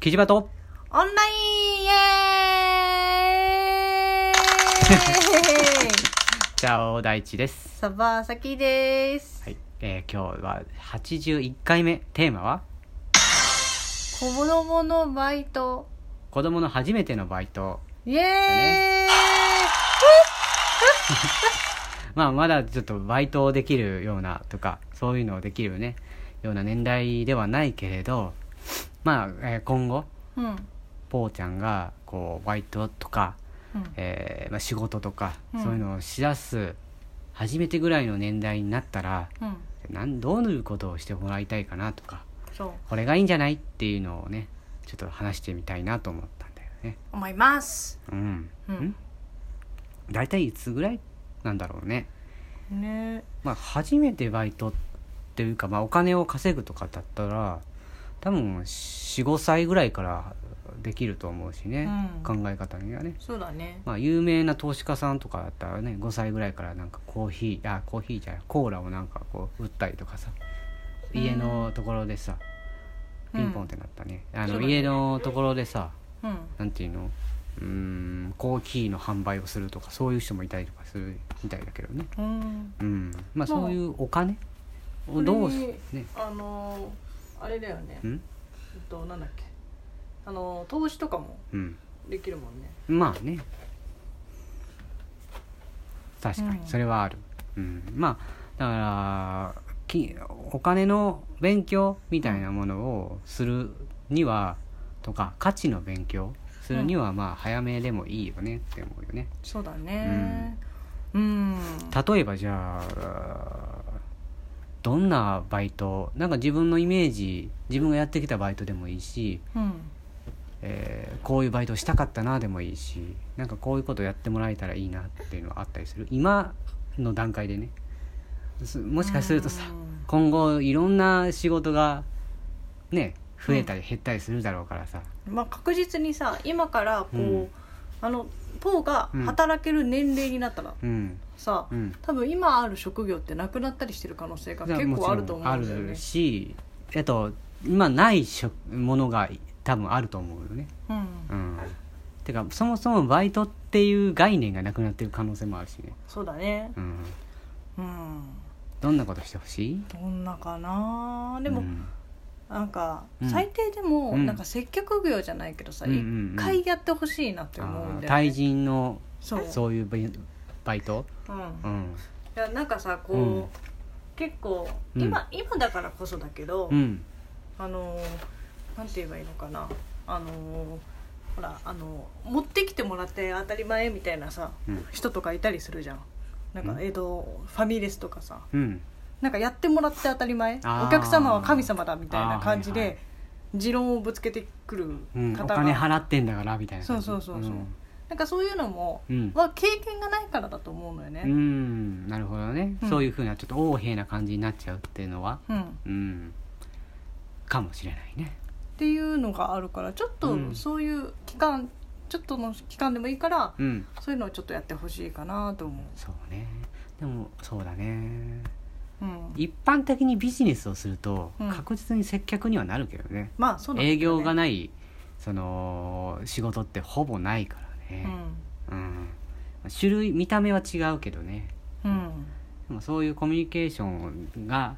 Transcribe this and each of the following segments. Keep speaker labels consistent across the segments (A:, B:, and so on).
A: キジバト
B: オンラインイエーイ
A: チャオ大地です。
B: サバーサキです、
A: はい。えー今日は81回目。テーマは
B: 子供のバイト
A: 子供の初めてのバイト。
B: イエーイ
A: まあ、まだちょっとバイトをできるようなとか、そういうのをできるね、ような年代ではないけれど、まあ、えー今後、
B: うんうん
A: ぽーちゃんが、こう、バイトとか、えーまあ、仕事とか、
B: うん
A: そういうのをしだす、初めてぐらいの年代になったら、
B: うん
A: なんどういうことをしてもらいたいかなとか、
B: そう
A: これがいいんじゃないっていうのをねちょっと話してみたいなと思ったんだよね
B: 思います
A: うん、
B: うん
A: 大体いつぐらいなんだろうね
B: ね
A: まあ初めてバイトっていうか、まあ、お金を稼ぐとかだったら多分45歳ぐらいからできると思うしね、
B: うん
A: 考え方にはね
B: そうだね
A: まあ有名な投資家さんとかだったらね5歳ぐらいからなんかコーヒーあコーヒーじゃないコーラをなんかこう売ったりとかさ
B: うん
A: 家のところでさ、
B: うん
A: ピンポンってなったねあ
B: そ
A: の
B: うだね
A: 家のところでさ
B: うん
A: なんていうのうーんコーヒーの販売をするとかそういう人もいたりとかするみたいだけどね
B: うん
A: うんま
B: まあ
A: あそういうお金をどう
C: それ
A: す
C: に
A: ね
C: あのーあれだよね
A: う
C: えっ
A: ん
C: となんだっけあのー投資とかも
A: うん
C: できるもんね
A: まあね確か
B: う
A: に
B: ん
A: それはある、うんまあだからきお金の勉強みたいなものをするにはとか価値の勉強するにはまあ早めでもいいよねって思うよね、
B: そうだねうん
A: 例えばじゃあどんなバイトなんか自分のイメージ自分がやってきたバイトでもいいし、
B: うん
A: えーこういうバイトしたかったなでもいいしなんかこういうことやってもらえたらいいなっていうのはあったりする今の段階でねすもしかするとさ
B: うん
A: 今後いろんな仕事がね増えたり減ったりするだろうからさ、
B: まあ確実にさ今からこう、
A: うん
B: あのポーが働ける年齢になったら
A: うん
B: さ、
A: うん、
B: 多分今ある職業ってなくなったりしてる可能性が
A: じゃ
B: 結構あると思うんだよ
A: もちろんあ
B: ね
A: る。しえっと今ない職ものが多分あると思うよね
B: うん、
A: うんてかそもそもバイトっていう概念がなくなってる可能性もあるしね、
B: そうだね。
A: うん、
B: うん、
A: どんなことしてほしい
B: どんなかな。でも、
A: うん
B: なんか
A: うん
B: 最低でも、
A: うん
B: なんか接客業じゃないけどさ、
A: うんう
B: 一、
A: んうん
B: 回やってほしいなって
A: あ
B: 思うん
A: ー
B: だよ、ね。
A: 対人の
B: そう。
A: そういうバイバイト、
B: うん。
A: うん
C: いやなんかさこう、
A: うん
C: 結構
A: うん
C: 今、今だからこそだけど、
A: うん
C: あのーなんて言えばいいのかなあのーほらあのー持ってきてもらって当たり前みたいなさ
A: うん
C: 人とかいたりするじゃんなん
A: うん
C: か、えっとファミレスとかさ
A: うん
C: なんかやってもらって当たり前
A: あー
C: お客様は神様だみたいな感じ
A: あーはいはい
C: で持論をぶつけてくる
A: うん、お
C: 方が、
A: 金払ってんだからみたいな感じ
C: そうそうそうそうなんかそういうのも、
A: うん、
C: は経験がないからだと思うのよ
A: う
C: ね。
A: ん、なるほどね、
B: うん
A: そういうふうなちょっと横柄な感じになっちゃうっていうのは
B: うん、っ
A: うんかもしれないね
B: ていうのがあるから、ちょっ
A: うん
B: とそういう期間、ちょっとの期間でもいいから、
A: うん
B: そういうのをちょっとやってほしいかなと思
A: そうねでもそうだね
B: う。うん。
A: 一般的にビジネスをすると
B: うん
A: 確実に接客にはなるけどね、
B: まあそうなんだよね
A: 営業がないその仕事ってほぼないから
B: う
A: ね、
B: ん。
A: うん種類見た目は違うけどね
B: うん。
A: でもそういうコミュニケーションが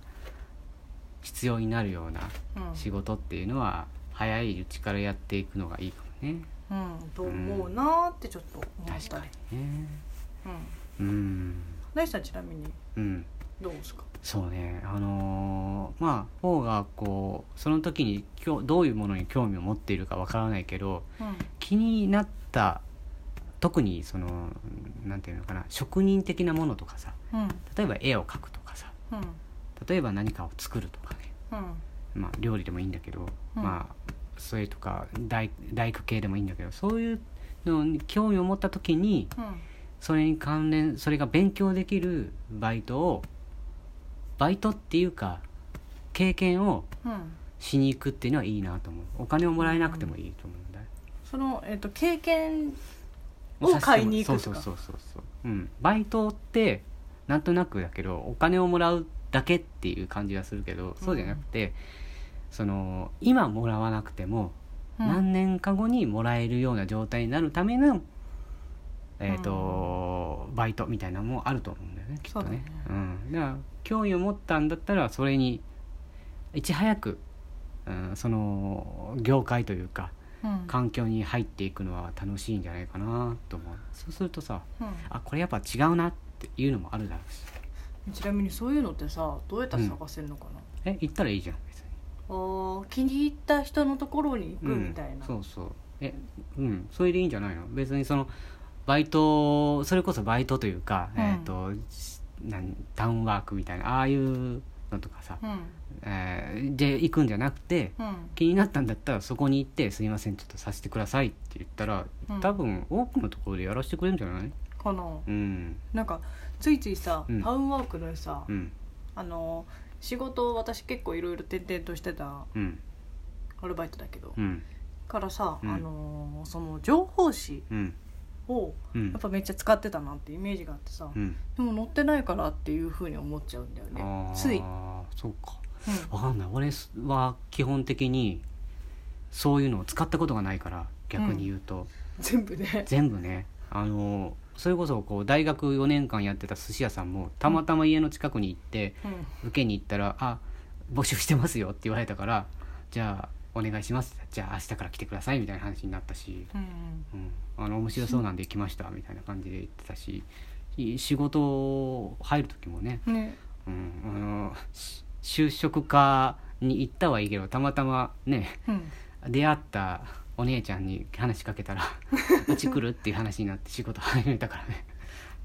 A: 必要になるような
B: うん。
A: 仕事っていうのは早いうちからやっていくのがいいかもね
B: うん、と思うなーってちょっと思ったり
A: 確。かにね
B: うん。
A: うん
B: 大地さんちなみに
A: うん
C: どうですか。
A: そうねあのーまあ方がこうその時にきょどういうものに興味を持っているかわからないけど
B: うん。
A: 気になった特にそのなんていうのかな職人的なものとかさ
B: うん。
A: 例えば絵を描くとかさ
B: うん。
A: 例えば何かを作るとかね
B: うん。
A: まあ料理でもいいんだけど、
B: うん
A: まあそれとか大大工系でもいいんだけどそういうのに興味を持った時に
B: うん。
A: それに関連それが勉強できるバイトをバイトっていうか経験を
B: うん。
A: しに行くっていうのはいいなと思うお金をもらえなくてもいいと思うんだよ、
B: その、えっ、と、経験。
A: お
B: を買いに行くと
A: そう
B: か
A: そうそうそうそう、うん、バイトってなんとなくだけどお金をもらうだけっていう感じがするけどそうじゃなくて、その今もらわなくても
C: うん
A: 何年か後にもらえるような状態になるための、えーとバイトみたいなのもあると思うんだよねきっとねう
C: そ
A: ん、だから興味を持ったんだったらそれにいち早く、うん、その業界というか
C: うん
A: 環境に入っていくのは楽しいんじゃないかなと思うそうするとさ
C: うん
A: あこれやっぱ違うなっていうのもあるだろうし
C: ちなみにそういうのってさどうやったら探せるのかな、
A: え行ったらいいじゃん別に
C: あー気に入った人のところに行くみたい
A: う
C: な、
A: ん、そうそうえうんそれでいいんじゃないの別にそのバイトそれこそバイトというか、
C: うん
A: えっ、としなんタウンワークみたいなああいうのとかさ、
C: うん
A: えーで行くんじゃなくて
C: うん
A: 気になったんだったらそこに行って「すいませんちょっとさせてください」って言ったら
C: うん
A: 多分多くのところでやらせてくれるんじゃない
C: かな
A: うん
C: なんかついついさ、
A: うん
C: タウンワークのさ、
A: うん
C: あの仕事を私結構いろいろ転々としてた
A: うん
C: アルバイトだけど、
A: うん
C: からさ、
A: うん
C: あのその情報誌
A: うん
C: を
A: うん
C: やっぱめっちゃ使ってたなってイメージがあってさ、
A: うん
C: でも載ってないからっていうふうに思っちゃうんだよね
A: あー
C: つい、うん
A: そうかわかんない俺は基本的にそういうのを使ったことがないから逆に言うと、
C: 全部 ね
A: 全部ねあのそれこそこう大学4年間やってた寿司屋さんもたまたま家の近くに行って
C: うん
A: 受けに行ったら「あ募集してますよ」って言われたから「じゃあお願いします」じゃあ明日から来てくださいみたいな話になったし、
C: うん
A: うん、あの面白そうなんで来ましたみたいな感じで言ってたしい仕事入る時もね
C: うんね
A: うん、あのし就職課に行ったはいいけどたまたまね
C: うん
A: 出会ったお姉ちゃんに話しかけたら「うち来る?」っていう話になって仕事始めたからね。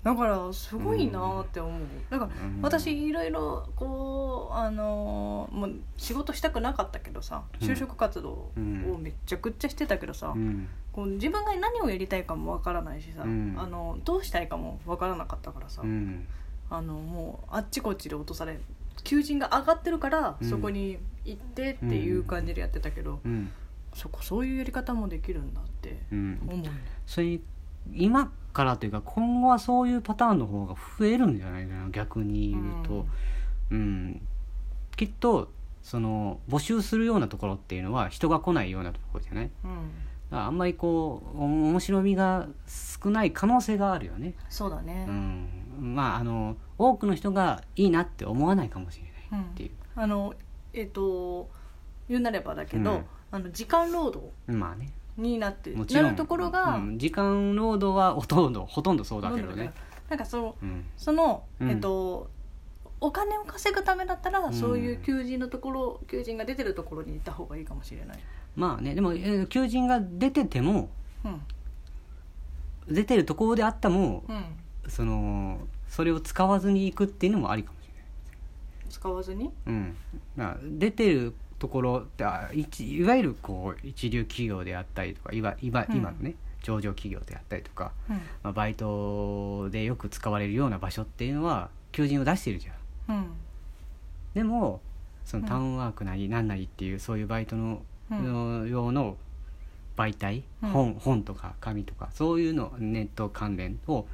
C: だからすごいなーって思う、だから
A: うん
C: 私いろいろこうあのーもう仕事したくなかったけどさ
A: うん
C: 就職活動
A: うん
C: をめちゃくちゃしてたけどさ、
A: うん
C: こう自分が何をやりたいかもわからないしさ、
A: うん
C: あのどうしたいかもわからなかったからさ、
A: うん
C: あのもうあっちこっちで落とされ求人が上がってるから
A: うん
C: そこに行ってっていう感じでやってたけど、
A: うん
C: そこそういうやり方もできるんだって
A: うん
C: 思うね、
A: それに今からというか今後はそういうパターンの方が増えるんじゃないかな逆に言うと、うんきっとその募集するようなところっていうのは人が来ないようなところじゃない
C: うん、
A: あんまりこうお面白みが少ない可能性があるよね、
C: そうだね
A: う、ん、まああの多くの人がいいなって思わないかもしれ
C: う
A: ない
C: ん
A: っていう、
C: あのえっ、と言うなればだけど、
A: うん
C: あの時間労働
A: まあね
C: になって
A: もちろん
C: なるところが、
A: うん時間労働はほとんどほとんどそうだけどね
C: なんかその
A: うん
C: その、
A: うん
C: えっとお金を稼ぐためだったら、
A: ん
C: そういう求人のところ求人が出てるところに行った方がいいかもしれない、
A: まあねでも、えー求人が出てても
C: うん
A: 出てるところであったも
C: うん、
A: そのそれを使わずに行くっていうのもありかもしれない
C: 使わずに、
A: うん、まあ出てるところってあ一いわゆるこう一流企業であったりとか今今
C: うん
A: 今のね、上場企業であったりとか、まあ、バイトでよく使われるような場所っていうのは求人を出してるじゃん。
C: うん
A: でもその
C: うん
A: タウンワークなりなんなりっていうそういうバイトの,、
C: うん
A: の用の媒体、
C: うん
A: 本本とか紙とかそういうのネット関連を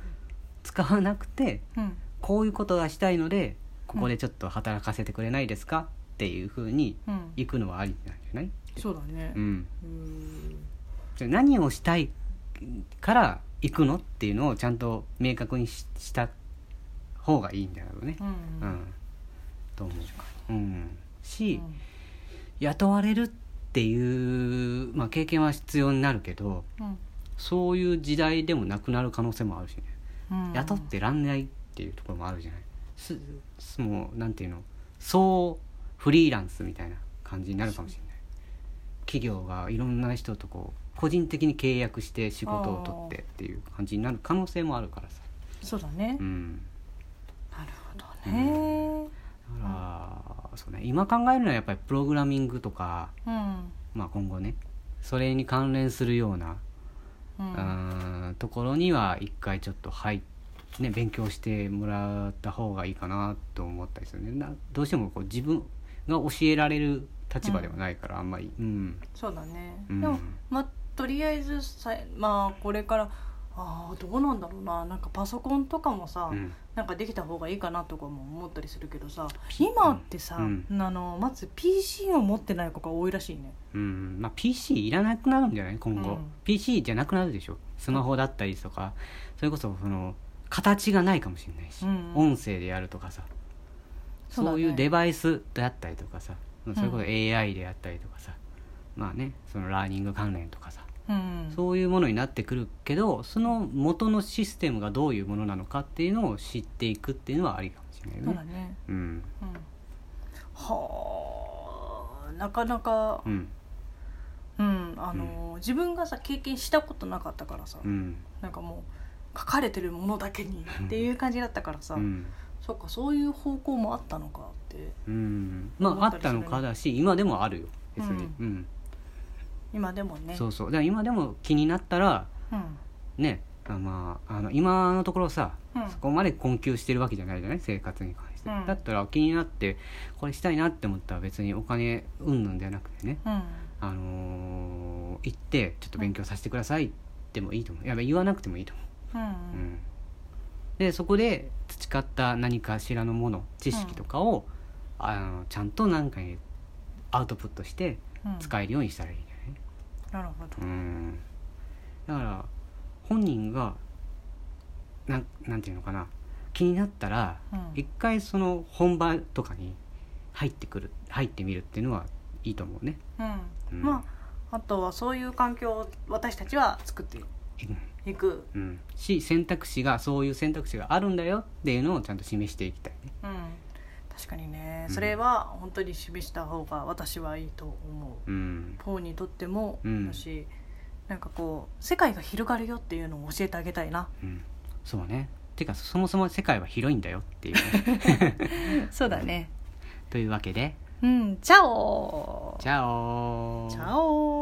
A: 使わなくて
C: うん
A: こういうことがしたいのでここでちょっと働かせてくれないですかっていうふうに
C: うん
A: 行くのはありなんじゃない、
C: そうだね
A: うん、
C: うん
A: じゃあ何をしたいから行くのっていうのをちゃんと明確にしした方がいいんだろうね。
C: うん
A: う
C: うん
A: ん、と思う、うん、し、雇われるっていう、まあ、経験は必要になるけど
C: うん
A: そういう時代でもなくなる可能性もあるしね、
C: うん
A: 雇ってらんないっていうところもあるじゃないすすもうなんていうのそうフリーランスみたいな感じになるかもしれない企業がいろんな人とこう個人的に契約して仕事を取ってっていう感じになる可能性もあるからさ
C: そうだね、
A: うん
C: なるほどね
A: だからそうね今考えるのはやっぱりプログラミングとか、
C: うん
A: まあ、今後ねそれに関連するような
C: うん
A: うーんところには一回ちょっと入っね、勉強してもらった方がいいかなと思ったりするねなどうしてもこう自分が教えられる立場ではないから、あんまりうん
C: そうだね、
A: うん
C: でもまあとりあえずさまあこれからあーどうなんだろうななんかパソコンとかもさ、
A: うん
C: なんかできた方がいいかなとかも思ったりするけどさ今ってさ、
A: うん
C: あのまず PC を持ってない子が多いらしいね
A: うんまあ、PC いらなくなるんじゃない今後、
C: うん
A: PC じゃなくなるでしょスマホだったりとかそれこそその形がないかもしれないし、
C: うん
A: 音声でやるとかさ
C: そ
A: そうう,、
C: だね
A: いうデバイスであったりとかさそれこそ
C: うん
A: AI であったりとかさ、まあねそのラーニング関連とかさ
C: うん
A: そういうものになってくるけどその元のシステムがどういうものなのかっていうのを知っていくっていうのはありかもしれないよ
C: そうだ
A: ね。
C: ね、
A: うん、
C: うん、はあなかなか
A: うん、
C: うんあの、自分がさ経験したことなかったからさ、
A: うん、
C: なんかもう書かれてるものだけにっていう感じだったからさ、
A: うん、
C: そっかそういう方向もあったのかって
A: うん、まあ
C: 思
A: あ
C: った
A: っ
C: りす
A: た
C: る
A: のかだし、今でもあるよ。別に、
C: うん
A: うん、
C: 今でもね
A: そうそう、だから今でも気になったら、
C: うん
A: ね、あまあ、あの今のところさ。
C: うん
A: そこまで困窮してるわけじゃないじゃない生活に関して、
C: うん
A: だったら気になってこれしたいなって思ったら別にお金うんぬんではなくてね、
C: うん
A: あのー行ってちょっと勉強させてくださいでもいいと思ういや言わなくてもいいと思
C: う
A: う、うんんでそこで培った何かしらのもの知識とかを、あのちゃんと何かにアウトプットして
C: うん
A: 使えるようにしたらいいんじゃない、
C: なるほど
A: うんだから本人がなんなんていうのかな気になったら
C: うん
A: 一回その本場とかに入ってくる入ってみるっていうのはいいと思うね。
C: う
A: うん
C: ん、まああとはそういう環境を私たちは作っていく、
A: うん、し選択肢がそういう選択肢があるんだよっていうのをちゃんと示していきたいね。
C: うん、確かにね
A: うん
C: それは本当に示した方が私はいいと思う
A: うん
C: ポーにとっても
A: うん
C: だし、なんかこう世界が広がるよっていうのを教えてあげたいな
A: うん、そうねてかそもそも世界は広いんだよっていう ね、
C: そうだね
A: というわけで
C: うんチャオ
A: チャオ
C: チャオ